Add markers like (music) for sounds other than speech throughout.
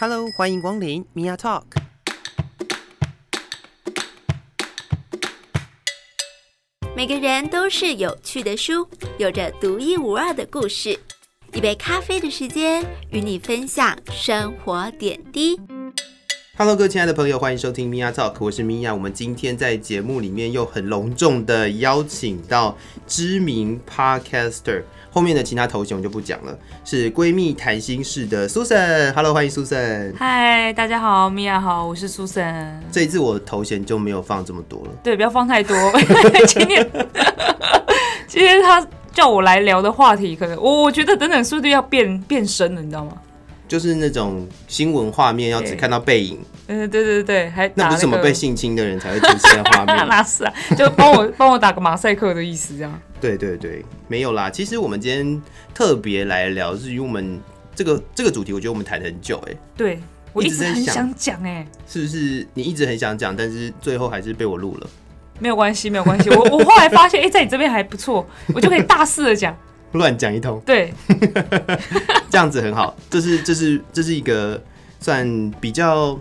Hello，欢迎光临 Mia Talk。每个人都是有趣的书，有着独一无二的故事。一杯咖啡的时间，与你分享生活点滴。 Hello，各位亲爱的朋友，欢迎收听 Mia Talk，我是 Mia。我们今天在节目里面又很隆重的邀请到知名 Podcaster，后面的其他头衔我就不讲了，是闺蜜谈心事的 Susan。Hello，欢迎 Susan。嗨，大家好，米娅好，我是 Susan。这一次我头衔就没有放这么多了。对，不要放太多。 (laughs) 今天， (laughs) 今天他叫我来聊的话题，可能我我觉得等等速度要变变深了，你知道吗？就是那种新闻画面要只对看到背影，嗯，对对对，还那打那不个是什么被 (laughs) 性侵的人才会出现的画面。哪是啊？就帮我帮我打个马赛克的意思，这样。对对对，没有啦。其实我们今天特别来聊，是因为我们这个这个主题，我觉得我们谈很久、欸，哎，对，我一一直直在很想想讲哎、是不是你一直很想讲，但是最后还是被我录了？没有关系，没有关系。我我后来发现，哎、在你这边还不错，我就可以大肆的讲。乱讲一通，对，这样子很好。这是这是这是一个算比较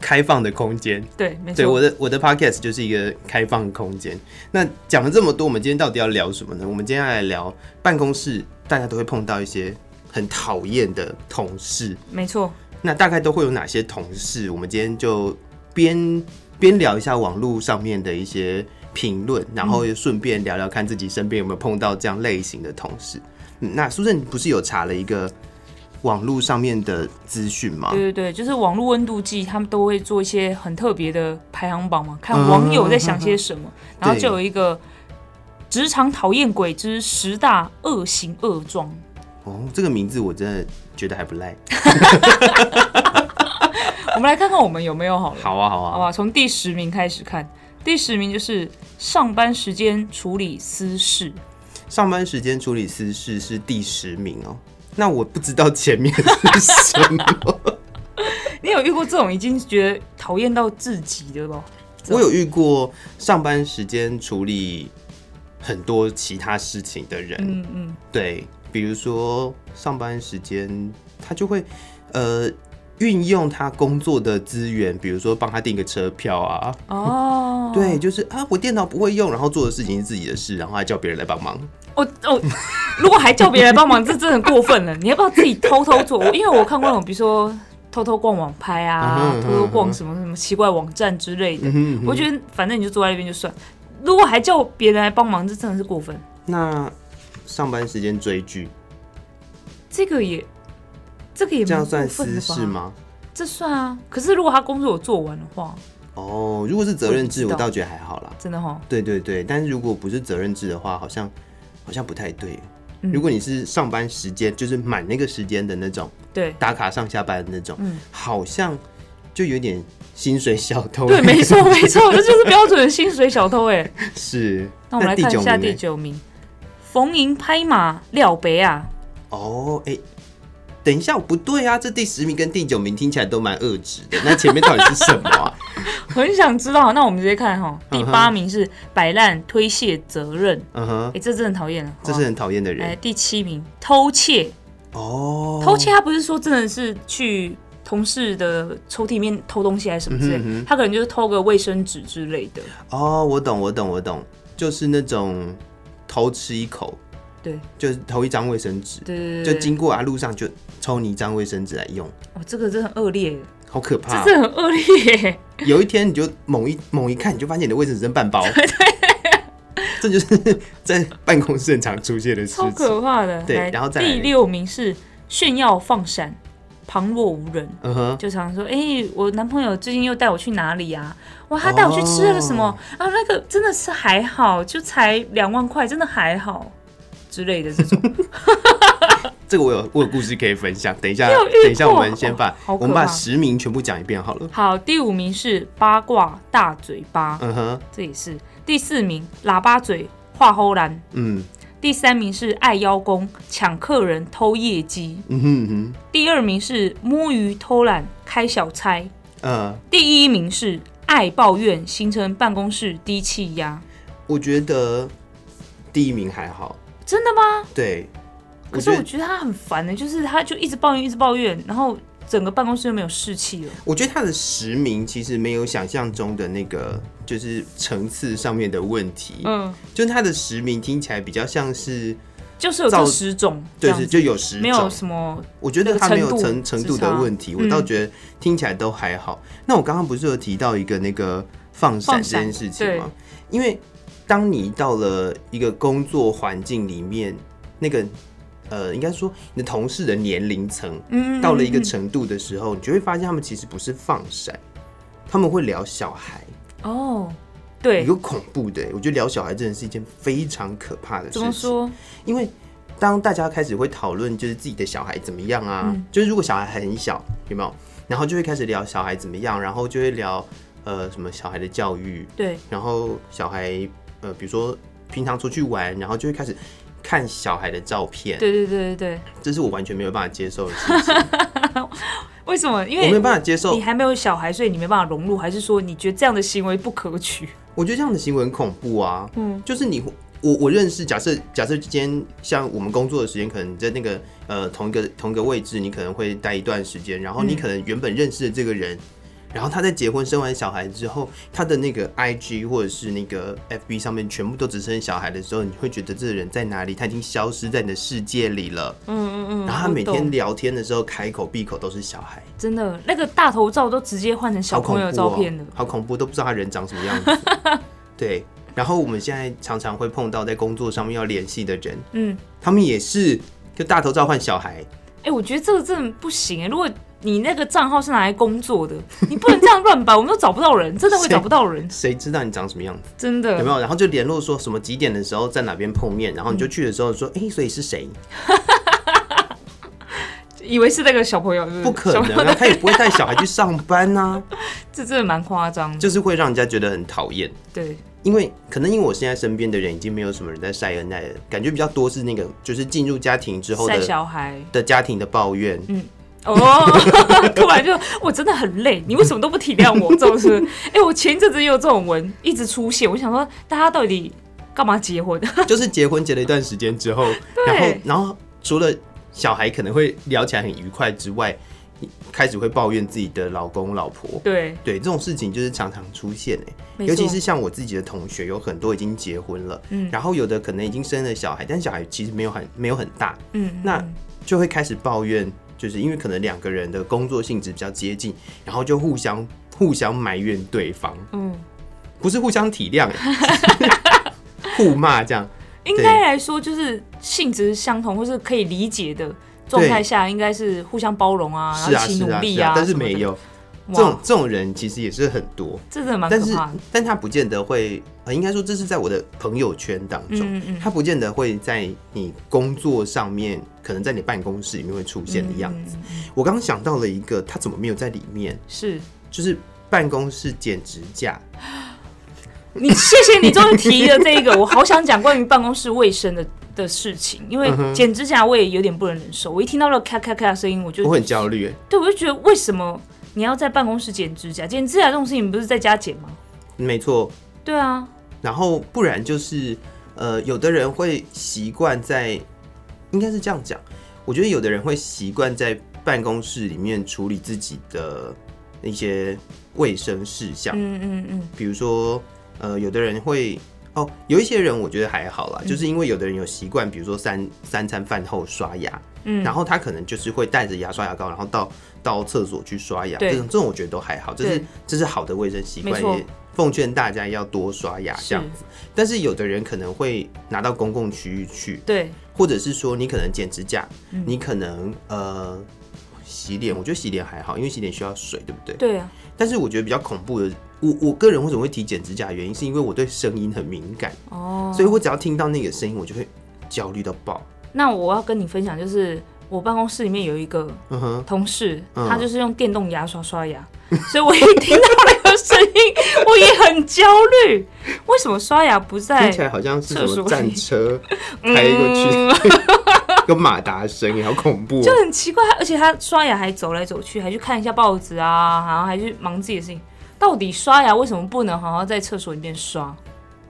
开放的空间。对，没对，我错。的我的 podcast 就是一个开放空间。那讲了这么多，我们今天到底要聊什么呢？我们今天要来聊办公室，大家都会碰到一些很讨厌的同事。没错，那大概都会有哪些同事？我们今天就边边聊一下网络上面的一些评论，然后也顺便聊聊看自己身边有没有碰到这样类型的同事。嗯、那苏正你不是有查了一个网络上面的资讯吗对？对对，就是网络温度计，他们都会做一些很特别的排行榜嘛，看网友在想些什么，然后就有一个职场讨厌鬼之十大恶行恶 (laughs) 状。哦，这个名字我真的觉得还不赖。我们来看看我们有没有好了，好啊，好啊，好吧？从第十名开始看，第十名就是上班时间处理私事，上班时间处理私事是第十名哦。那我不知道前面是什 (laughs) 么。你有遇过这种已经觉得讨厌到至极的吗？我有遇过上班时间处理很多其他事情的人，嗯嗯，对，比如说上班时间，他就会呃运用他工作的资源，比如说帮他订个车票啊，哦，对，就是啊我电脑不会用，然后做的事情是自己的事，然后还叫别人来帮忙。哦哦，如果还叫别人来帮忙，这真的很过分了。你要不要自己偷偷做？我因为我看过那种，比如说偷偷逛网拍嗯啊哼，偷偷逛什么什么奇怪网站之类的。嗯我觉得反正你就坐在那边就算。如果还叫别人来帮忙，这真的是过分。那上班时间追剧，这个也，这个也这样蛮算过分私的事吧？吗？这算啊。可是如果他工作有做完的话，哦，如果是责任制，我不知我道倒觉得还好啦。真的哈，对对对，但是如果不是责任制的话，好像好像不太对。嗯如果你是上班时间，就是满那个时间的那种 (laughs) 对打卡上下班的那种，嗯好像就有点薪水小 (laughs) 偷。对，没错没错，这 (laughs) 就是标准的薪水小偷哎、 (laughs) 是。那我们来第看九一下名第呢九名，逢迎拍马廖北啊。哦，哎、等一下，不对啊，这第十名跟第九名听起来都蛮恶质的，那前面到底是什么 (laughs) 啊？很想知道，那我们直接看哈。嗯哼第八名是摆烂推卸责任，嗯哎、哼，这真的很讨厌了。好这吧是很讨厌的哎人第七名偷窃，哦。偷窃他不是说真的是去同事的抽屉里面偷东西还是什么之嗯类，哼嗯哼他可能就是偷个卫生纸之类的。哦，我懂，我懂，我懂，就是那种偷吃一口，对就是偷一张卫生纸，对对就对对，经过啊路上就抽你一张卫生纸来用，哦，这个真的很恶劣，好可怕这哦、真的很恶劣。 (laughs) 有一天你就猛一猛一看，你就发现你的卫生纸剩半包。这就是在办公室很常出现的事超情。可怕的。对来然后再来第六名是炫耀放闪，旁若无人。嗯哼，就常说，哎、我男朋友最近又带我去哪里啊？哇，他带我去吃了什么、啊？那个真的是还好，就才两万块，真的还好之类的这种。这个我有我有故事可以分享。等一下，你有遇过等一下，我们先把、哦好可我们把怕实名全部讲一遍好了。好，第五名是八卦大嘴巴，嗯哼，这也是第四名喇叭嘴画齁蓝，嗯第三名是爱邀功抢客人偷业绩，嗯哼嗯第二名是摸鱼偷懒开小差，哼，呃，第一名是爱抱怨形成办公室低气压。我觉得第一名还好，真的吗？对，可是我觉我得欸觉得他很烦的，就是他就一直抱怨，一直抱怨，然后整个办公室就没有士气了。我觉得他的实名其实没有想象中的那个，就是层次上面的问题。嗯，就是他的实名听起来比较像是，就是有造这十种这对，样是子，就有十没有种。什么我觉得他没有那个程程程度度之的差问题，我嗯倒觉得听起来都还好。那我刚刚不是有提到一个那个放闪放这闪件事情吗？因为当你到了一个工作环境里面，那个呃，应该说你的同事的年龄层嗯到了一个嗯嗯程度的时候，你就会发现他们其实不是放闪，他们会聊小孩，哦，有对个，恐怖的欸。我觉得聊小孩真的是一件非常可怕的事怎情。么说？因为当大家开始会讨论就是自己的小孩怎么样啊，嗯就是如果小孩很小，有没有？然后就会开始聊小孩怎么样，然后就会聊呃什么小孩的教育，对，然后小孩呃比如说平常出去玩，然后就会开始看小孩的照片，对对对对对，这是我完全没有办法接受的 (laughs) 事情，为什么？因我没有为办法接受你，还没有小孩，所以你没办法融入，还是说你觉得这样的行为不可取？我觉得这样的行为很恐怖啊，嗯，就是你我我认识，假设假设今天像我们工作的时间，可能在那个呃同一个同一个位置，你可能会待一段时间，然后你嗯可能原本认识的这个人，然后他在结婚生完小孩之后，他的那个 IG 或者是那个 FB 上面全部都只剩小孩的时候，你会觉得这个人在哪里？他已经消失在你的世界里了。嗯嗯嗯，然后他每我天懂聊天的时候，开口闭口都是小孩，真的那个大头照都直接换成好小恐朋怖友哦的照片了。好恐怖，都不知道他人长什么 (laughs) 样子。对，然后我们现在常常会碰到在工作上面要联系的人，嗯，他们也是就大头照换小孩，哎、我觉得这个真的不行哎、如果你那个账号是拿来工作的，你不能这样乱摆，我们都找不到人，真的会谁找不到人，谁知道你长什么样子？真有没的。有？然后就联络说什么几点的时候在哪边碰面，然后你就去的时候说，嗯哎、所以是谁？以为是那个小朋友，是是不可嗯小朋能友啊，他也不会带小孩去上班呐、这真的蛮夸张 (laughs) 的。就是会让人家觉得很讨厌。对，因为可能因为我现在身边的人已经没有什么人在晒恩爱了，感觉比较多是那个就是进入家庭之后晒的小孩的家庭的抱怨，哦， (laughs) 突然就我真的很累，你为什么都不体谅我？这 (laughs) 种事，哎、我前一阵子也有这种文一直出现，我想说大家到底干嘛结婚？ (laughs) 就是结婚结了一段时间之后，然后对然后除了小孩可能会聊起来很愉快之外，开始会抱怨自己的老公老婆，对，对，这种事情就是常常出现诶、没尤其错是像我自己的同学，有很多已经结婚了，嗯然后有的可能已经生了小孩，但小孩其实没有很没有很大，嗯，那嗯就会开始抱怨，就是因为可能两个人的工作性质比较接近，然后就互相互相埋怨对方，嗯，不是互相体谅、欸， (laughs) 互骂这样。应该来说就是性质相同或是可以理解的状态下，应该是互相包容啊，是然啊后一起是努啊力是啊，但是什么的没，有这种哇，这种人其实也是很多，这真的蛮但可是怕的。但他不见得会，呃，应该说这是在我的朋友圈当中，嗯嗯嗯他不见得会在你工作上面，可能在你办公室里面会出现的样子。嗯嗯嗯我刚刚想到了一个，他怎么没有在里面？是就是办公室剪指甲， (laughs) 你，谢谢你终于提了这一个，我好想讲关于办公室卫生的的事情，因为嗯哼剪指甲我也有点不能忍受，我一听到那个咔咔咔的声音，我就我很焦虑欸。对，我就觉得为什么你要在办公室剪指甲？剪指甲这种事情不是在家剪吗？没错，对啊，然后不然就是，呃，有的人会习惯在，应该是这样讲，我觉得有的人会习惯在办公室里面处理自己的一些卫生事项。嗯嗯嗯，比如说，呃，有的人会哦，有一些人我觉得还好啦，嗯就是因为有的人有习惯，比如说三三餐饭后刷牙，嗯然后他可能就是会带着牙刷牙膏，然后到到厕所去刷牙，对这种这种我觉得都还好，这是对这是好的卫生习惯，没错也奉劝大家要多刷牙这样子。但是有的人可能会拿到公共区域去，对，或者是说你可能剪指甲，嗯你可能呃。洗脸，我觉得洗脸还好，因为洗脸需要水，对不对？对啊，但是我觉得比较恐怖的，我我个人为什么会提剪指甲，的原因是因为我对声音很敏感，哦，所以我只要听到那个声音，我就会焦虑到爆。那我要跟你分享，就是我办公室里面有一个嗯哼，同事，嗯他就是用电动牙刷刷牙，所以我一听到那个声音，我也很焦虑。为什么刷牙不听在起？来好像是什厕么所嗯战车开过去， (laughs) 跟马达声音，好恐怖、就哦。很奇怪，而且他刷牙还走来走去，还去看一下报纸啊，然后还去忙自己的事情。到底刷牙为什么不能好好在厕所里面刷？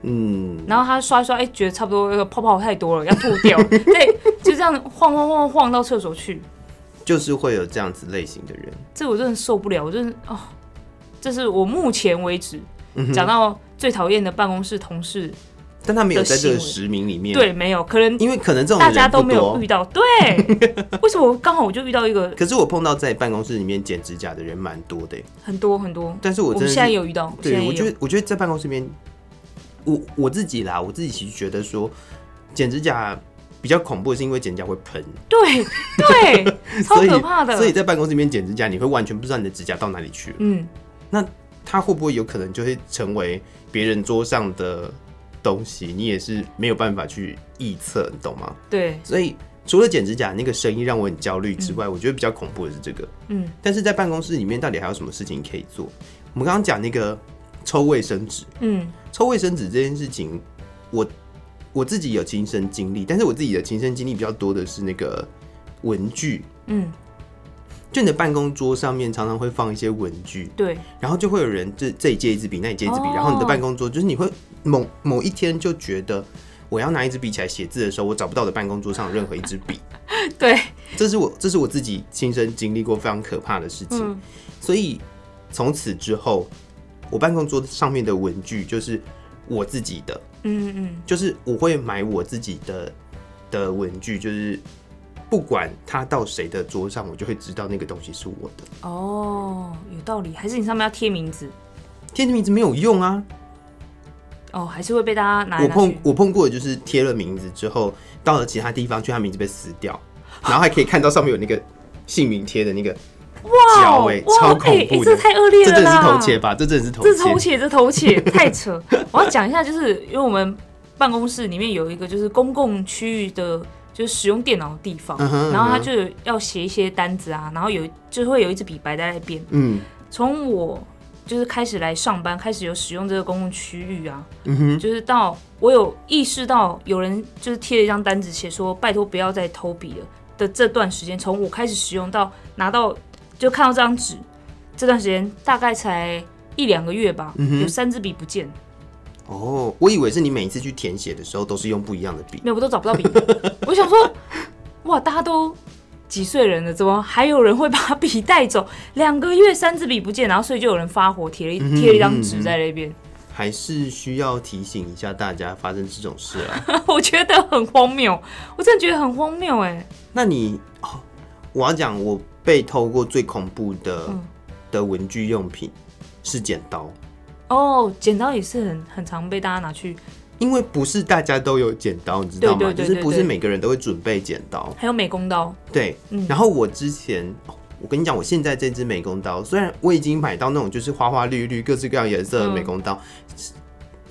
嗯，然后他刷一刷，哎、觉得 (laughs) 差不多那个泡泡太多了，要吐掉了，对，就这样晃晃晃晃到厕所去，就是会有这样子类型的人。这我真的受不了，我真的哦，这是我目前为止嗯哼讲到最讨厌的办公室同事。但他没有在这个的行为十名里面，啊对，，没有，可能 (laughs) 因为可能这种大家人都不没有多遇。到。 (laughs) 对，为什么我刚好我就遇到一个可是我碰到在办公室里面剪指甲的人蛮多的耶，很多很多？但是我我真的们是现在有遇到，现在对，也我觉有。得我觉得在办公室里面，我我自己啦，我自己其实觉得说剪指甲比较恐怖，是因为剪指甲会喷，对 (laughs) 对，超所以可怕的。所以在办公室里面剪指甲，你会完全不知道你的指甲到哪里去了，嗯，它会不会有可能就会成为别人桌上的东西，你也是没有办法去臆测，你懂吗？对，所以除了剪指甲那个声音让我很焦虑之外，我觉得比较恐怖的是这个。嗯，但是在办公室里面到底还有什么事情可以做？我们刚刚讲那个抽卫生纸，嗯，抽卫生纸这件事情，我我自己有亲身经历，但是我自己的亲身经历比较多的是那个文具，嗯，就你的办公桌上面常常会放一些文具， (laughs) 对，然后就会有人这这一借一支笔，那一借一支笔，哦然后你的办公桌就是你会某某一天就觉得我要拿一支笔起来写字的时候，我找不到我的办公桌上有任何一支笔，对，这是我这是我自己亲身经历过非常可怕的事情，嗯，所以从此之后，我办公桌上面的文具就是我自己的，嗯嗯，就是我会买我自己的的文具，就是不管它到谁的桌上，我就会知道那个东西是我的。哦，有道理。还是你上面要贴名字，贴名字没有用啊！哦，还是会被大家拿来我拿碰去。我碰过的就是贴了名字之后，到了其他地方去，他名字被撕掉， (laughs) 然后还可以看到上面有那个姓名贴的那个胶、欸，哇超恐哎哎怖的，这太恶劣这了真的是啦！偷窃吧？这真的是偷这偷窃。窃，这偷窃，太扯！我要讲一下，就是因为我们办公室里面有一个就是公共区域的，就是使用电脑的地方，嗯哼然后他嗯哼就有要写一些单子啊，然后有就会有一支笔白在那边。嗯从我就是开始来上班，开始有使用这个公共区域啊，嗯哼，就是到我有意识到有人就是贴了一张单子，写说拜托不要再偷笔了的这段时间，从我开始使用到拿到就看到这张纸，这段时间大概才一两个月嗯吧，有三支笔不见，哦，我以为是你每一次去填写的时候都是用不一样的笔，没有我都找不到笔，我想说，哇，大家都。几岁人了，怎么还有人会把笔带走？两个月三支笔不见，然后所以就有人发火，贴了一嗯哼贴了一张嗯纸哼在那边，还是需要提醒一下大家发生这种事啊。 (laughs) 我觉得很荒谬，我真的觉得很荒谬哎、那你哦，我要讲我被偷过最恐怖的、嗯的文具用品是剪刀，哦，剪刀也是很很常被大家拿去，因为不是大家都有剪刀，你知道吗？对对对就是不对是对每个人都会准备剪刀。还有美工刀，对，嗯然后我之前。哦我跟你讲，我现在这支美工刀，虽然我已经买到那种就是花花绿绿、各式各样颜色的嗯美工刀，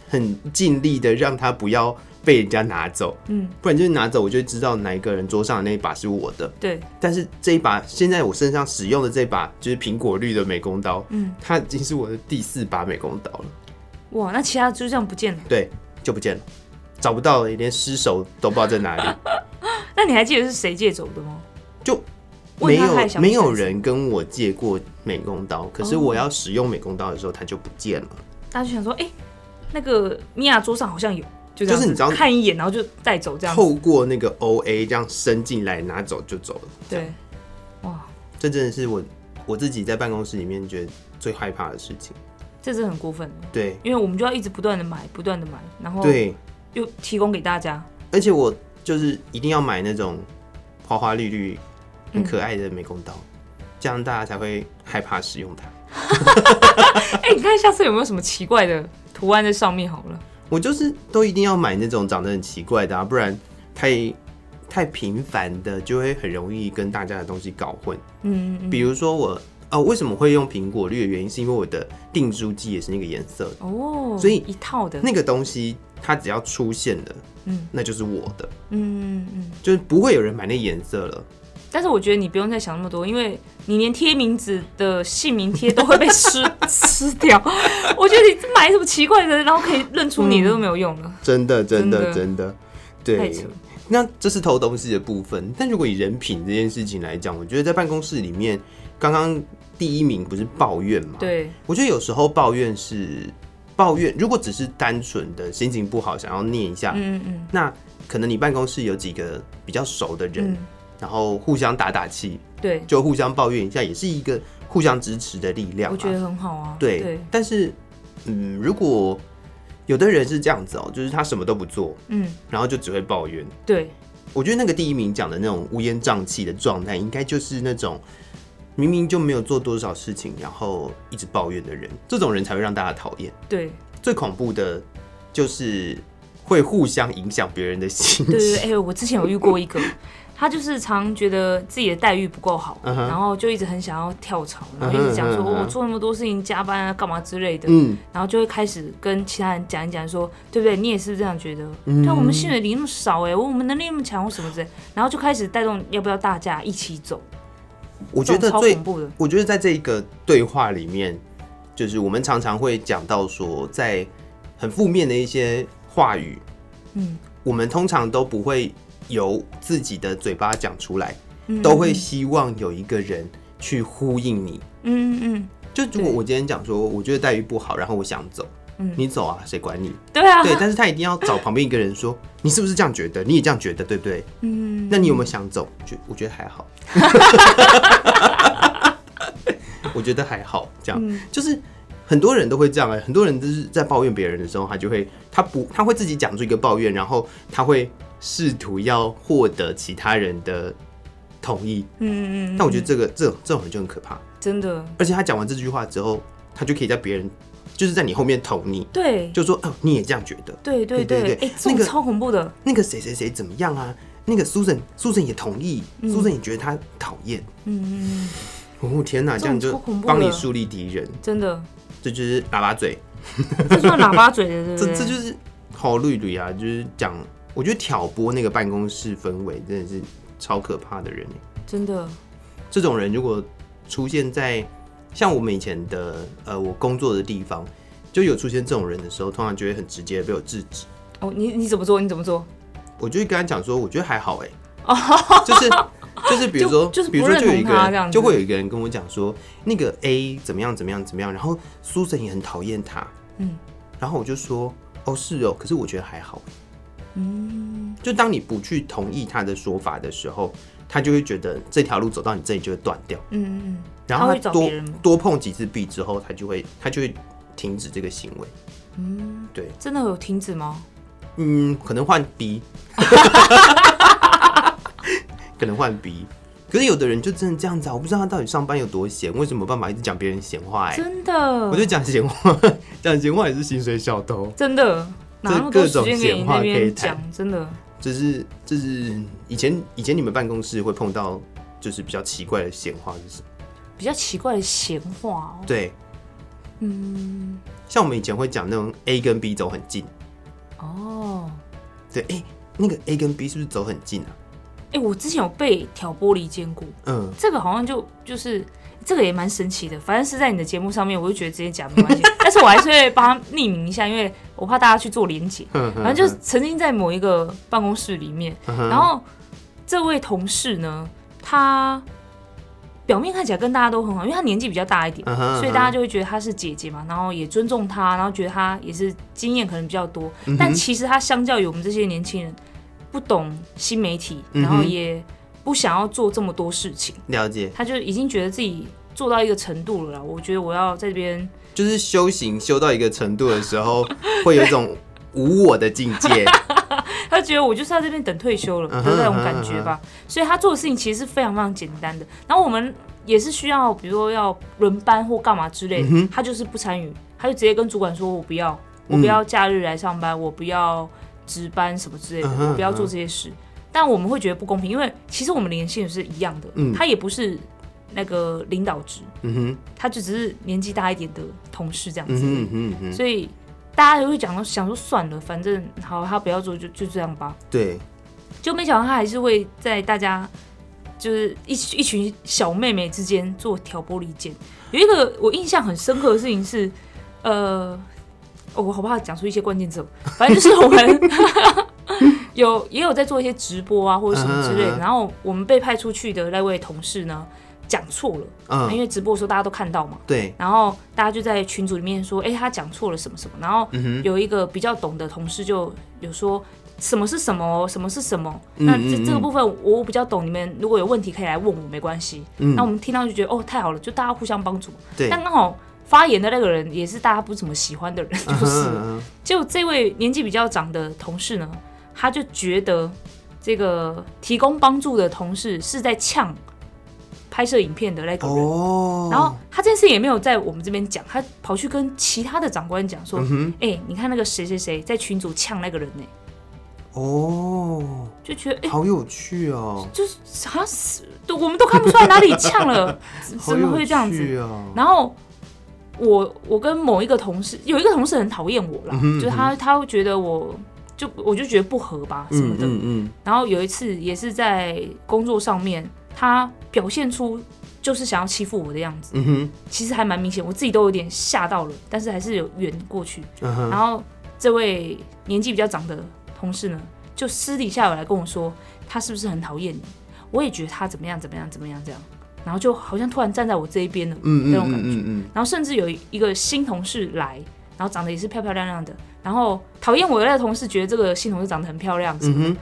很尽力的让它不要被人家拿走，嗯，不然就是拿走我就知道哪一个人桌上的那一把是我的。对，但是这一把现在我身上使用的这把就是苹果绿的美工刀，嗯，它已经是我的第四把美工刀了，哇，那其他就这样不见了。对，就不见了，找不到了，连尸首都不知道在哪里，那你还记得是谁借走的吗？就没问他有他也想不没有出来是人跟我借过美工刀，可是哦我要使用美工刀的时候，它就不见了。大家就想说，哎、那个米娅桌上好像有，就这样就子是你知道看一眼，然后就带走这样子。透过那个 O A 这样伸进来拿走就走了，对，哇，这真的是我我自己在办公室里面觉得最害怕的事情。这是很过分的，对因为我们就要一直不断的买，不断的买，然后对，又提供给大家。而且我就是一定要买那种花花绿绿、很可爱的美工刀，这样大家才会害怕使用它。哎、你看下次有没有什么奇怪的图案在上面好了？我就是都一定要买那种长得很奇怪的、啊，不然太太频繁的就会很容易跟大家的东西搞混。嗯嗯嗯，比如说我哦，为什么会用苹果绿的原因，是因为我的订书机也是那个颜色的，哦，所以一套的，那个东西它只要出现了，嗯那就是我的，嗯嗯嗯。就是不会有人买那颜色了。但是我觉得你不用再想那么多，因为你连贴名字的姓名贴都会被 (laughs) 吃吃掉。我觉得你买什么奇怪的，然后可以认出你的都没有用了，真的，真的，真的真的，太对扯。。那这是偷东西的部分，但如果以人品这件事情来讲，我觉得在办公室里面，刚刚第一名不是抱怨嘛？，对，我觉得有时候抱怨是抱怨，如果只是单纯的心情不好，想要念一下，嗯嗯那可能你办公室有几个比较熟的人，嗯然后互相打打气，对，就互相抱怨一下，也是一个互相支持的力量我嘛。觉得很好啊。对，对，但是嗯，如果有的人是这样子哦、就是他什么都不做，嗯，然后就只会抱怨。对，我觉得那个第一名讲的那种乌烟瘴气的状态，应该就是那种明明就没有做多少事情，然后一直抱怨的人，这种人才会让大家讨厌。对，最恐怖的就是会互相影响别人的心对对，情。 (laughs) 哎、我之前有遇过一个，他就是常觉得自己的待遇不够好嗯哼然后就一直很想要跳槽，然后一直讲说、嗯哼嗯哼我做那么多事情加班啊，干嘛之类的，嗯，然后就会开始跟其他人讲一讲说，对不对？你也是不是这样觉得？嗯但我们薪水领那么少、哎，我们能力那么强，或什么之类，然后就开始带动要不要大家一起走，我觉这得种超最恐怖的，我觉得在这个对话里面，就是我们常常会讲到说，在很负面的一些话语，嗯，我们通常都不会由自己的嘴巴讲出来，嗯都会希望有一个人去呼应你。嗯，嗯嗯，就如果对我今天讲说，我觉得待遇不好，然后我想走，嗯你走啊，谁管你？对 (laughs) 啊，对，但是他一定要找旁边一个人说，你是不是这样觉得？你也这样觉得，对不对？嗯，那你有没有想走？就我觉得还 (laughs) 好，我觉得还好，这样、嗯就是很多人都会这样哎、很多人就是在抱怨别人的时候，他就会他不他会自己讲出一个抱怨，然后他会试图要获得其他人的同意，嗯嗯嗯，但我觉得这个这种这种人就很可怕，真的，而且他讲完这句话之后，他就可以在别人就是在你后面捅你，对，就说哦、你也这样觉得，对对对对对对，哎、那这种个超恐怖的，那个谁谁谁怎么样啊？那个 Susan Susan 也同意、s u s a n 也觉得他讨厌。嗯嗯嗯，哦天哪，这这样种就超恐怖帮你的树立敌人，(laughs) 真的。这就是喇叭嘴，这算喇叭嘴的，对不这对？这就是好绿绿啊，就是讲，我觉得挑拨那个办公室氛围真的是超可怕的人耶。真的，这种人如果出现在像我们以前的呃我工作的地方，就有出现这种人的时候，通常就会很直接地被我制止。哦，你你怎么做？你怎么做？我就会跟他讲说，我觉得还好哎、就是就是比如说，哦就就是不比如说就有一个认同他这样人，子就会有一个人跟我讲说，那个 A 怎么样怎么样怎么样，然后苏神也很讨厌他，嗯，然后我就说，哦是哦，可是我觉得还好，嗯，就当你不去同意他的说法的时候，他就会觉得这条路走到你这里就会断掉，嗯嗯然后他会找多别人吗多碰几次壁之后，他就会他就会停止这个行为，嗯，对，嗯，真的有停止吗？嗯，可能换 B，可能换 B。可是有的人就真的这样子啊，我不知道他到底上班有多闲，为什么有办法一直讲别人闲话、哎，真的，我就讲闲话， (laughs) 讲闲话也是薪水小偷，真的哪那么多时间给你那边讲，真的，这是这是以前以前你们办公室会碰到就是比较奇怪的闲话，就是比较奇怪的闲话、哦。对，嗯，像我们以前会讲那种 A 跟 B 走很近，哦，对，哎、那个 A 跟 B 是不是走很近啊？哎、我之前有被挑拨离间过，嗯， (laughs) 这个好像就就是。这个也蛮神奇的，反正是在你的节目上面，我就觉得直接讲没关系， (laughs) 但是我还是会帮他匿名一下，因为我怕大家去做连结。反反正就是曾经在某一个办公室里面，嗯然后这位同事呢，他表面看起来跟大家都很好，因为他年纪比较大一点，嗯哼所以大家就会觉得她是姐姐嘛，然后也尊重她，然后觉得她也是经验可能比较多，嗯但其实她相较于我们这些年轻人，不懂新媒体，然后嗯哼也不想要做这么多事情，了解，她就已经觉得自己做到一个程度了啦。我觉得我要在这边就是修行修到一个程度的时候， (laughs) 会有一种无我的境 (laughs) 界。他觉得我就是在这边等退休了，嗯哼嗯就那种感觉吧。所以他做的事情其实是非常非常简单的。然后我们也是需要，比如说要轮班或干嘛之类的，嗯他就是不参与，他就直接跟主管说：“我不要，嗯我不要假日来上班，我不要值班什么之类的，嗯哼我不要做这些事。”但我们会觉得不公平，因为其实我们年薪水是一样的，嗯他也不是那个领导职，嗯哼，他就只是年纪大一点的同事这样子。嗯哼嗯哼嗯哼，所以大家就会讲说，想说算了，反正好，他不要做就就这样吧。对，就没想到他还是会在大家就是一一群小妹妹之间做挑拨离间。有一个我印象很深刻的事情是，呃，哦我好怕讲出一些关键字哦，反正就是我们 (laughs) 有也有在做一些直播啊或者什么之类嗯嗯的，嗯然后我们被派出去的那位同事呢讲错了，嗯，因为直播的时候大家都看到嘛，对，然后大家就在群嗯组里面说，哎、他讲错了什么什么。然后有一个比较懂的同事就有说，什么是什么哦，什么是什么。那这嗯嗯这个部分我比较懂，你们如果有问题可以来问我，没关系。那我们听到就觉得哦，太好了，就大家互相帮助。嗯对，但刚好发言的那个人也是大家不怎么喜欢的人，就嗯是了。嗯嗯结果这位年纪比较长的同事呢，他就觉得这个提供帮助的同事是在呛拍摄影片的那个人。哦，然后他这件事也没有在我们这边讲，他跑去跟其他的长官讲嗯说：“哎、你看那个谁谁谁在群组呛那个人呢、哦，就觉得哎、好有趣哦，就是啥死，都我们都看不出来哪里呛了， (laughs) 怎好 (laughs) 怎么会这样有子？趣哦？然后我我跟某一个同事，有一个同事很讨厌我啦，嗯哼就是他他会觉得我就我就觉得不合吧什么嗯的。嗯嗯，然后有一次也是在工作上面，他表现出就是想要欺负我的样子，嗯哼，其实还蛮明显，我自己都有点吓到了，但是还是有圆过去。嗯哼，然后这位年纪比较长的同事呢，就私底下有来跟我说，他是不是很讨厌你？我也觉得他怎么样怎么样怎么样这样，然后就好像突然站在我这一边了，嗯嗯那种嗯感觉。嗯嗯，然后甚至有一个新同事来，然后长得也是漂漂亮亮的，然后讨厌我的那个同事觉得这个新同事长得很漂亮，什嗯么的。哼，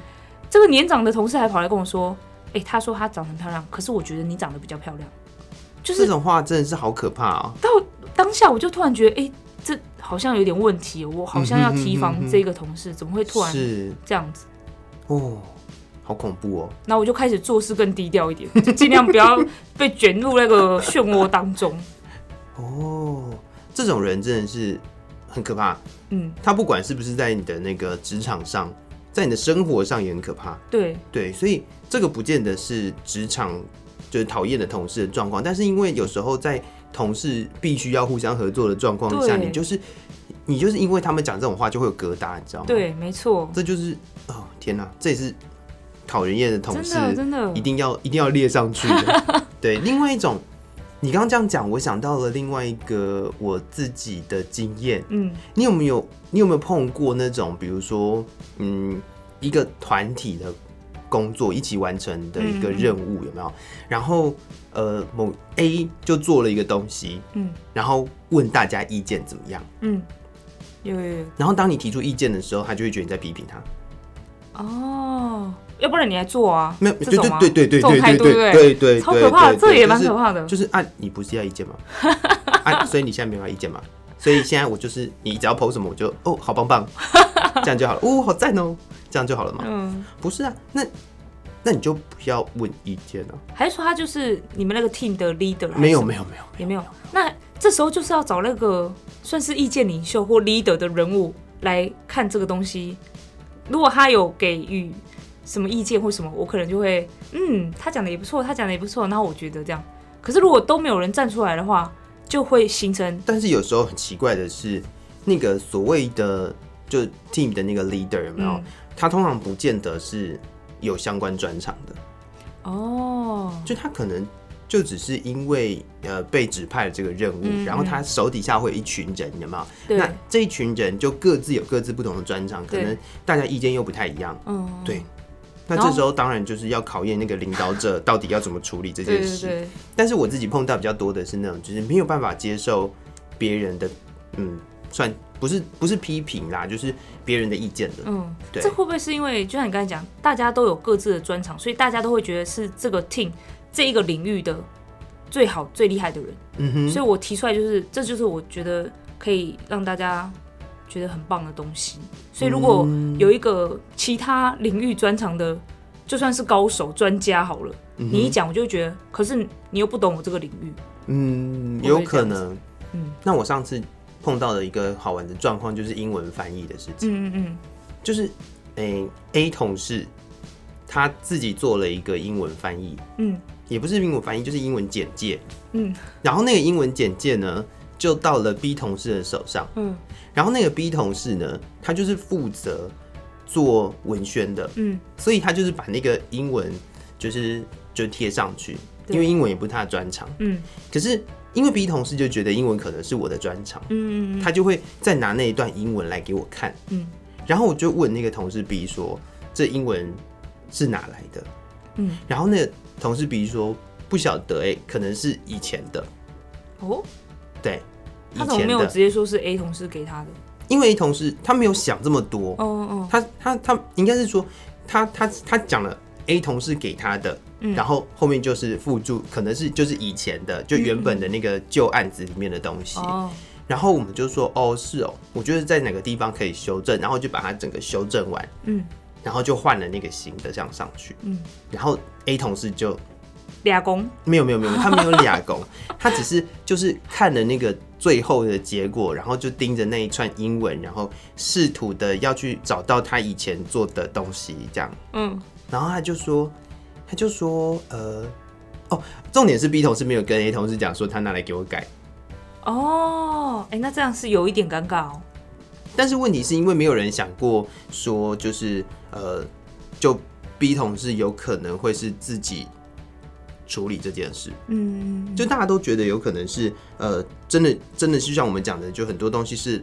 这个年长的同事还跑来跟我说，诶，他说他长得很漂亮，可是我觉得你长得比较漂亮。就这是种话真的是好可怕哦，当下我就突然觉得，诶，这好像有点问题哦，我好像要提嗯防哼嗯哼嗯哼这个同事，怎么会突然是这样子？哦，好恐怖哦，然后我就开始做事更低调一点，就尽量不要被卷入那个漩涡当中。哦，这种人真的是很可怕，嗯，他不管是不是在你的那个职场上，在你的生活上也很可怕。对，对，所以这个不见得是职场就是讨厌的同事的状况，但是因为有时候在同事必须要互相合作的状况下，对你就是你就是因为他们讲这种话就会有疙瘩，你知道吗？，对，没错，这就是哦天哪，这也是讨人厌的同真事，的真的一，定要一定要列上去 (laughs) 的。对，另外一种，你刚刚这样讲，我想到了另外一个我自己的经验，嗯你有没有你有没有碰过那种，比如说，嗯，一个团体的工作一起完成的一个任务，有没有？然后呃，某 A 就做了一个东西，嗯然后问大家意见怎么样？嗯，有有有然后当你提出意见的时候，他就会觉得你在批评他。哦，要不然你来做啊？没有，这对种吗对对对这种对态对度对不对对对，超可怕的，对这对也就蛮是可怕的。就是啊，你不是要意见吗？ (laughs) 啊，所以你现在没有要意见吗？所以现在我就是你只要 PO 什么，我就哦，好棒棒，这样就好了。哦，好赞哦，这样就好了嘛。嗯，不是啊，那那你就不要问意见了、还是说他就是你们那个 team 的 leader？还是没有什么没有没有，也没有。那这时候就是要找那个算是意见领袖或 leader 的人物来看这个东西。如果他有给予什么意见或什么，我可能就会嗯，他讲的也不错，他讲的也不错，那我觉得这样。可是如果都没有人站出来的话，就会形成但是有时候很奇怪的是，那个所谓的就 team 的那个 leader 有没有？嗯他通常不见得是有相关专长的，哦，就他可能就只是因为呃被指派了这个任务，嗯然后他手底下会有一群人，有没有？对，那这一群人就各自有各自不同的专长，可对能大家意见又不太一样，嗯，对。那然后这时候当然就是要考验那个领导者到底要怎么处理这对件对事。对，但是我自己碰到比较多的是那种，就是没有办法接受别人的，嗯，算不是不是批评啦，就是别人的意见的。嗯，对这会不会是因为就像你刚才讲，大家都有各自的专长，所以大家都会觉得是这个 team 这一个领域的最好最厉害的人。嗯哼，所以我提出来就是，这就是我觉得可以让大家觉得很棒的东西。所以如果嗯有一个其他领域专长的，就算是高手、专家好了，嗯哼你一讲我就会觉得，可是你又不懂我这个领域。嗯，会不有会这可样子能。嗯那我上次碰到的一个好玩的状况就是英文翻译的事情，嗯嗯就是诶、A 同事他自己做了一个英文翻译，嗯也不是英文翻译，就是英文简介。嗯然后那个英文简介呢，就到了 B 同事的手上。嗯然后那个 B 同事呢，他就是负责做文宣的，嗯所以他就是把那个英文就是就贴上去，对因为英文也不是他的专长。嗯可是因为 B 同事就觉得英文可能是我的专长，嗯嗯他就会再拿那一段英文来给我看，嗯然后我就问那个同事 B 说：“这英文是哪来的？”嗯然后那个同事 B 说：“不晓得、欸，可能是以前的，哦，对，以他怎么前没有的直。接说是 A 同事给他的？”因为同事他没有想这么多，嗯嗯，他他他应该是说他他他讲了 A 同事给他的，嗯然后后面就是附注，可能是就是以前的就原本的那个旧案子里面的东西，嗯哦，然后我们就说哦是哦，我觉得在哪个地方可以修正，然后就把它整个修正完，嗯，然后就换了那个新的这样上去，嗯，然后 A 同事就俩公，没有没有没有，他没有俩工，他只是就是看了那个最后的结果，然后就盯着那一串英文，然后试图的要去找到他以前做的东西这样，嗯，然后他就说，他就说，呃，哦，重点是 B 同事没有跟 A 同事讲说他拿来给我改，哦，哎、那这样是有一点尴尬哦，但是问题是因为没有人想过说就是呃，就 B 同事有可能会是自己处理这件事，嗯，就大家都觉得有可能是呃，真的真的是像我们讲的，就很多东西是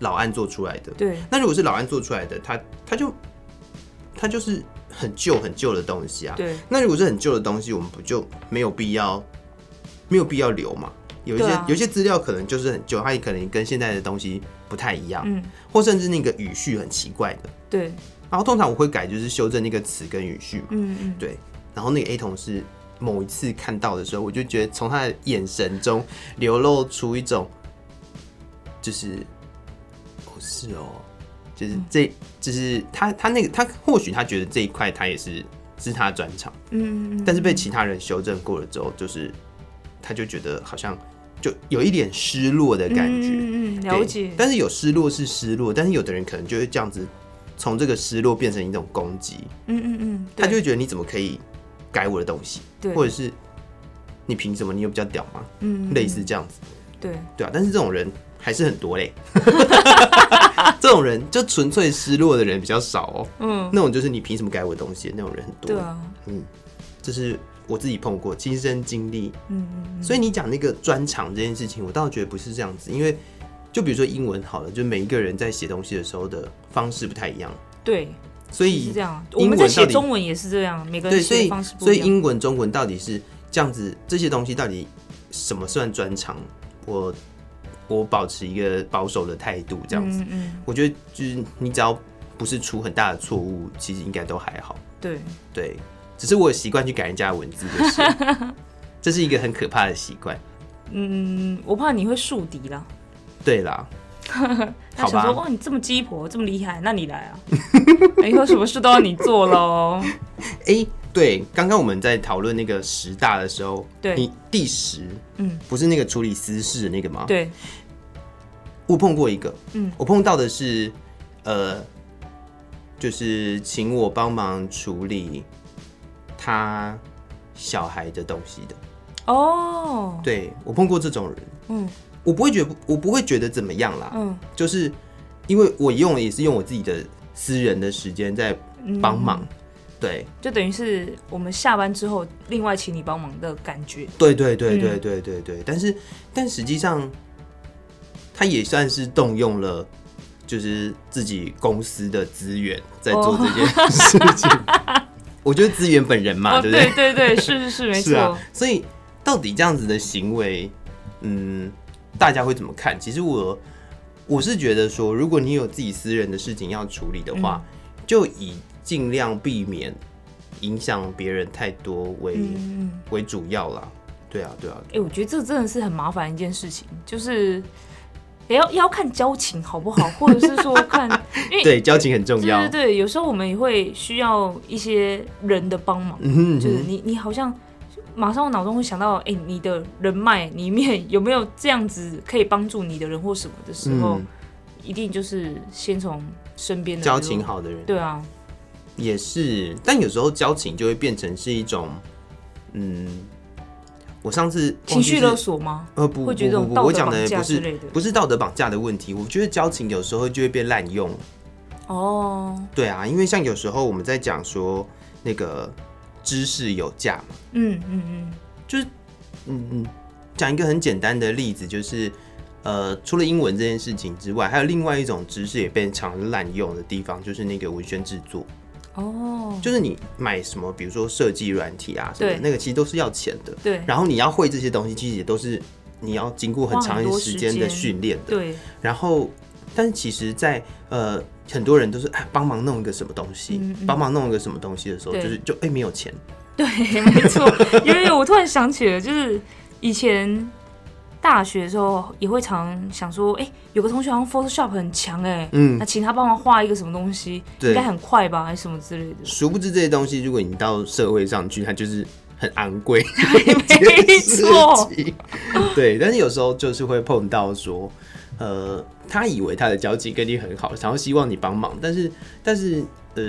老案做出来的。对，那如果是老案做出来的，它它就它就是很旧很旧的东西啊。对，那如果是很旧的东西，我们不就没有必要没有必要留嘛？有一些、对啊有一些资料可能就是很旧，它也可能跟现在的东西不太一样，嗯，或甚至那个语序很奇怪的。对，然后通常我会改，就是修正那个词跟语序嘛。嗯嗯，对，然后那个 A 同事某一次看到的时候，我就觉得从他的眼神中流露出一种，就是，哦是哦，就是嗯这，就是他他那个他或许他觉得这一块他也是是他的专长，嗯嗯嗯，但是被其他人修正过了之后，就是他就觉得好像就有一点失落的感觉。嗯嗯嗯，对了解，但是有失落是失落，但是有的人可能就会这样子，从这个失落变成一种攻击。嗯嗯嗯，他就对会觉得你怎么可以改我的东西，对或者是你凭什么？你有比较屌吗？嗯嗯类似这样子，对，对啊。但是这种人还是很多嘞， (laughs) 这种人就纯粹失落的人比较少哦、嗯，那种就是你凭什么改我的东西那种人很多，对啊，这是我自己碰过亲身经历。嗯嗯所以你讲那个专长这件事情，我倒觉得不是这样子，因为就比如说英文好了，就每一个人在写东西的时候的方式不太一样，嗯，对，所以是这样。英我们在文到写底中文也是这样，每个对，人所写以的方式不所一以样。英文、中文到底是这样子，这些东西到底什么算专长？我我保持一个保守的态度，这样子，嗯嗯，我觉得就是你只要不是出很大的错误，其实应该都还好。对，对，只是我有习惯去改人家的文字，就是 (laughs) 这是一个很可怕的习惯。嗯，我怕你会树敌啦。对 (laughs) 啦，他好想说，哦吧，哇，你这么鸡婆，这么厉害，那你来啊！ (laughs) 以后什么事都要你 (laughs) 做喽。哎、对，刚刚我们在讨论那个十大的时候，对你第十，嗯，不是那个处理私事的那个吗？对，我碰过一个，嗯，我碰到的是，呃，就是请我帮忙处理他小孩的东西的。哦，对我碰过这种人，嗯我不会觉得我不会觉得怎么样啦，嗯就是因为我用也是用我自己的私人的时间在嗯，帮忙。对就等于是我们下班之后另外请你帮忙的感觉。对对对对嗯对对对，但是但实际上，他也算是动用了。就是自己公司的资源在做这件事情，我觉得资源本人嘛，哦，对不对对？对对，是是是，没是啊错。，所以到底这样子的行为，嗯，大家会怎么看？其实我我是觉得说，如果你有自己私人的事情要处理的话，嗯就以尽量避免影响别人太多为、嗯嗯。为主要啦。对啊，对啊，哎、我觉得这真的是很麻烦一件事情，就是也要也要看交情好不好，或者是 (laughs) 说看，因为对交情很重对要对。对，有时候我们也会需要一些人的帮忙，嗯哼嗯就是哼，你你好像马上我脑中会想到，哎、你的人脉里面有没有这样子可以帮助你的人或什么的时候，嗯一定就是先从身边的交人情，好的人对啊，也是，但有时候交情就会变成是一种，嗯，我上次情绪勒的。索吗？呃，不会觉得不有不道不，我德讲绑的架不之是类的不是道德绑架的问题，我觉得交情有时候就会被滥用。哦，对啊，因为像有时候我们在讲说那个知识有价嘛，嗯嗯嗯，就是嗯嗯，讲一个很简单的例子，就是呃，除了英文这件事情之外，还有另外一种知识也被常滥用的地方，就是那个文宣制作，哦，就是你买什么，比如说设计软体啊什么的，对那个其实都是要钱的，对然后你要会这些东西，其实也都是你要经过很花很长多时时间的间训练的。对，然后但是其实在，呃很多人都是哎帮忙弄一个什么东西嗯，嗯帮、忙弄一个什么东西的时候，就对是就哎、没有钱，对， (laughs) 没错。因为我突然想起了，就是以前大学的时候也会常想说，哎、有个同学好像 Photoshop 很强哎、嗯那，请他帮忙画一个什么东西，对应该很快吧，还是什么之类的。殊不知这些东西，如果你到社会上去，它就是很昂贵， (laughs) 没错，对。但是有时候就是会碰到说，呃，他以为他的交际跟你很好，然后希望你帮忙，但是但是呃，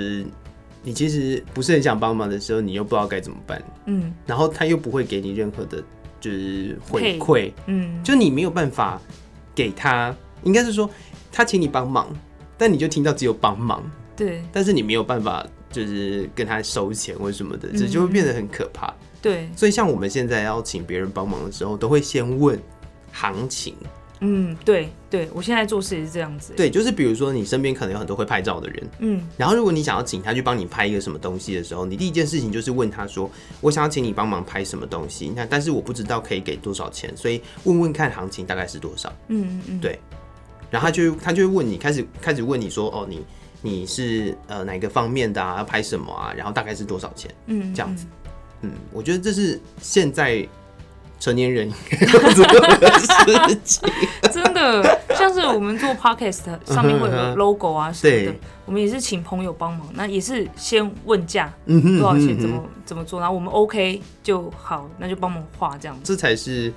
你其实不是很想帮忙的时候，你又不知道该怎么办，嗯然后他又不会给你任何的，就是回配馈，嗯，就你没有办法给他，应该是说他请你帮忙，但你就听到只有帮忙，对但是你没有办法就是跟他收钱或什么的，嗯这就会变得很可怕。对，所以像我们现在要请别人帮忙的时候，都会先问行情。嗯对对，我现在做事也是这样子。，对，就是比如说你身边可能有很多会拍照的人，嗯然后如果你想要请他去帮你拍一个什么东西的时候，你第一件事情就是问他说：“我想要请你帮忙拍什么东西？那但是我不知道可以给多少钱，所以问问看行情大概是多少。”嗯嗯嗯，对然后他就他就会问你，开始开始问你说：“哦，你你是呃哪个方面的啊？要拍什么啊？然后大概是多少钱？”嗯这样子嗯嗯，我觉得这是现在成年人应 (laughs) 该要做的事情。 (laughs) (laughs) 真的，像是我们做 podcast 上面会嗯有哼个 logo 啊什么的对，我们也是请朋友帮忙，那也是先问价嗯哼多少钱，怎嗯哼么怎么做，然后我们 OK 就好，那就帮忙画这样子。这才是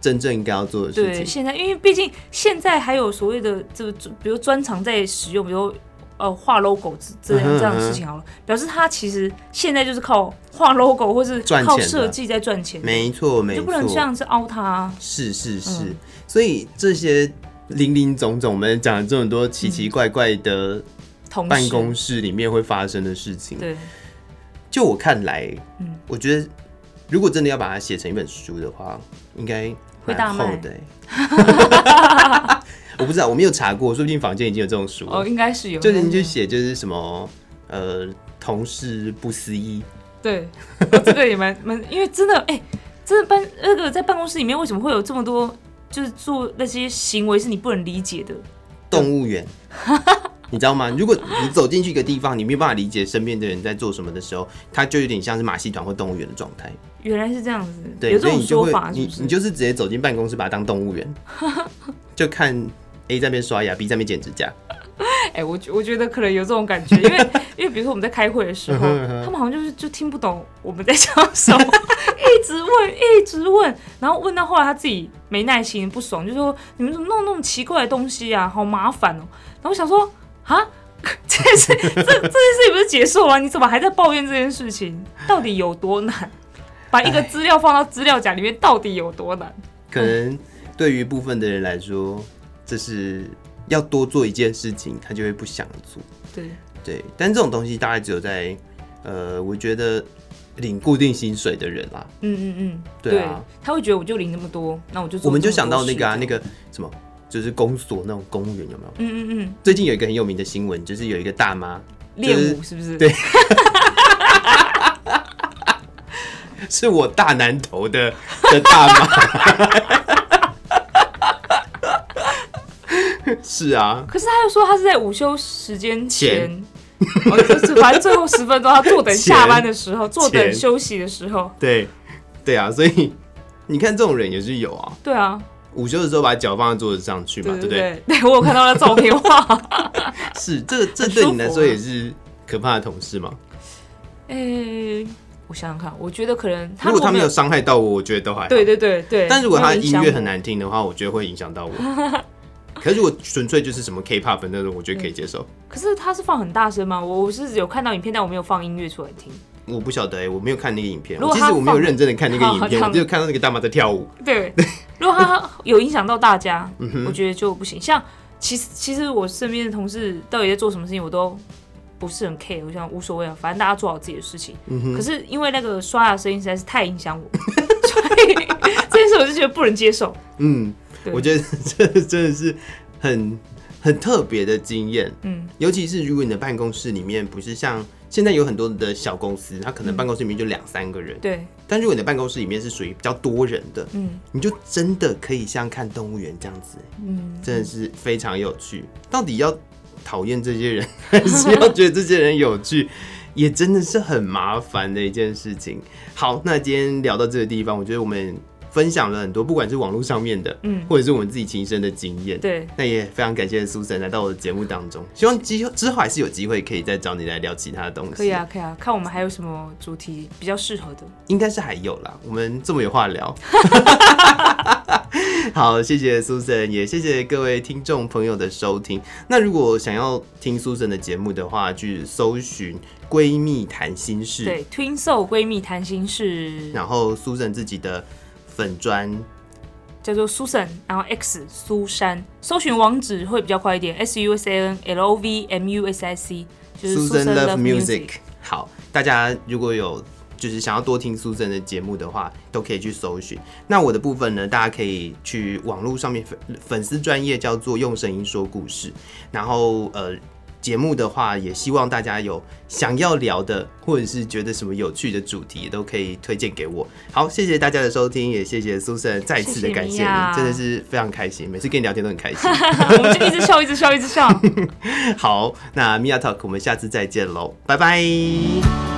真正应该要做的事对，情。现在因为毕竟现在还有所谓的这个，比如专长在使用，比如呃画 logo 之这样嗯哼这样的事情好了，表示他其实现在就是靠 (laughs) 画 logo 或是赚钱靠的设计在赚钱，没错，没就不错能，这样子凹他啊。是是是。嗯所以这些零零总总，我们讲了这么多奇奇怪怪的同时办公室里面会发生的事情，嗯对，就我看来，嗯我觉得如果真的要把它写成一本书的话，应该会大蛮厚卖的欸、 (laughs) 我不知道，我没有查过，说不定坊间已经有这种书了。哦，应该是有，就是你就写就是什么呃，同事不思议，对，哦这个也蛮蛮，因为真的哎、真的办那个在办公室里面为什么会有这么多就是做那些行为是你不能理解的？动物 (laughs) 园，你知道吗？如果你走进去一个地方，你没有办法理解身边的人在做什么的时候，它就有点像是马戏团或动物园的状态。原来是这样子，对，有所这以种你就说会法是你不是？你就是直接走进办公室，把它当动物 (laughs) 园，就看 A 在那边刷牙，B 在那边剪指甲。哎、我觉我觉得可能有这种感觉，因为因为比如说我们在开会的时候，嗯哼嗯哼他们好像就是就听不懂我们在讲什么， (laughs) 一直问一直问，然后问到后来他自己没耐心不爽，就说你们怎么弄那么奇怪的东西啊，好麻烦哦、然后我想说啊。 (laughs) 这件事，这这件事情不是结束了？你怎么还在抱怨这件事情？到底有多难？把一个哎资料放到资料夹里面，到底有多难？可能对于部分的人来说，这是要多做一件事情，他就会不想做。对，对，但这种东西大概只有在呃，我觉得领固定薪水的人啦，嗯嗯嗯，对啊他会觉得我就领那么多，那我就做我们就这么想多到那个啊，事那个什么，就是公所那种公务员有没有？嗯嗯嗯，最近有一个很有名的新闻，就是有一个大妈 (laughs) 练就是舞是不是？对是我大难头 (laughs) 的的大妈。 (laughs) 是啊，可是他又说他是在午休时间前前，哦，就是反正最后十分钟，他坐等下班的时候，坐等前休息的时候，对，对啊，所以你看这种人也是有啊，对啊，午休的时候把脚放在桌子上去嘛，对对不对？对，对我有看到那照片哇， (laughs) 是，这个这很对舒你来服说啊也是可怕的同事嘛？诶，我想想看，我觉得可能他如果他没没有，伤害到我，我觉得都还好。对对对对，但如果他的没有影音响乐我很，难听的话，我觉得会影响到我。 (laughs) 可是如果纯粹就是什么 K-pop 的那种，我觉得嗯可以接受。可是他是放很大声吗？我我是有看到影片，但我没有放音乐出来听。我不晓得哎、我没有看那个影片，如我果其他实我没有放认真的看那个好影片，他我只有看到那个大妈在跳舞。对，如果他有影响到大家，嗯我觉得就不行。像其实其实我身边的同事到底在做什么事情，我都不是很 care，我想无所谓啊，反正大家做好自己的事情。嗯可是因为那个刷牙的声音实在是太影响我， (laughs) 所以这件事我就觉得不能接受。嗯，对我觉得这真的是很很特别的经验。嗯，尤其是如果你的办公室里面不是像现在有很多的小公司，它可嗯能办公室里面就两三个人，对，但如果你的办公室里面是属于比较多人的，嗯你就真的可以像看动物园这样子，嗯，真的是非常有趣。到底要讨厌这些 (laughs) 人，还是要觉得这些人有趣，也真的是很麻烦的一件事情。好，那今天聊到这个地方，我觉得我们分享了很多，不管是网络上面的，嗯或者是我们自己亲身的经验。对，那也非常感谢苏神来到我的节目当中，希望之后之后还是有机会可以再找你来聊其他的东西。可以啊，，可以啊，看我们还有什么主题比较适合的。应该是还有啦，我们这么有话聊。 (laughs) 好，谢谢苏神，也谢谢各位听众朋友的收听。那如果想要听苏神的节目的话，去搜寻“闺蜜谈心事对，Twin Soul 闺蜜谈心”，事然后苏神自己的粉砖叫做 Susan，然后 X 苏珊，搜寻网址会比较快一点，S U S A N L O V M U S I C，就是 Susan Susan Love Love Music Music。。 (laughs) 好，大家如果有就是想要多听苏珍的节目的话，都可以去搜寻。那我的部分呢，大家可以去网络上面粉粉丝专业叫做用声音说故事，然后呃。节目的话，也希望大家有想要聊的，或者是觉得什么有趣的主题，都可以推荐给我。好，谢谢大家的收听，也谢谢苏珊再次的谢谢啊感谢米娅你，真的是非常开心，每次跟你聊天都很开心。我们就一直笑，一直笑，一直笑。好，那 Mia Talk，我们下次再见喽，拜拜。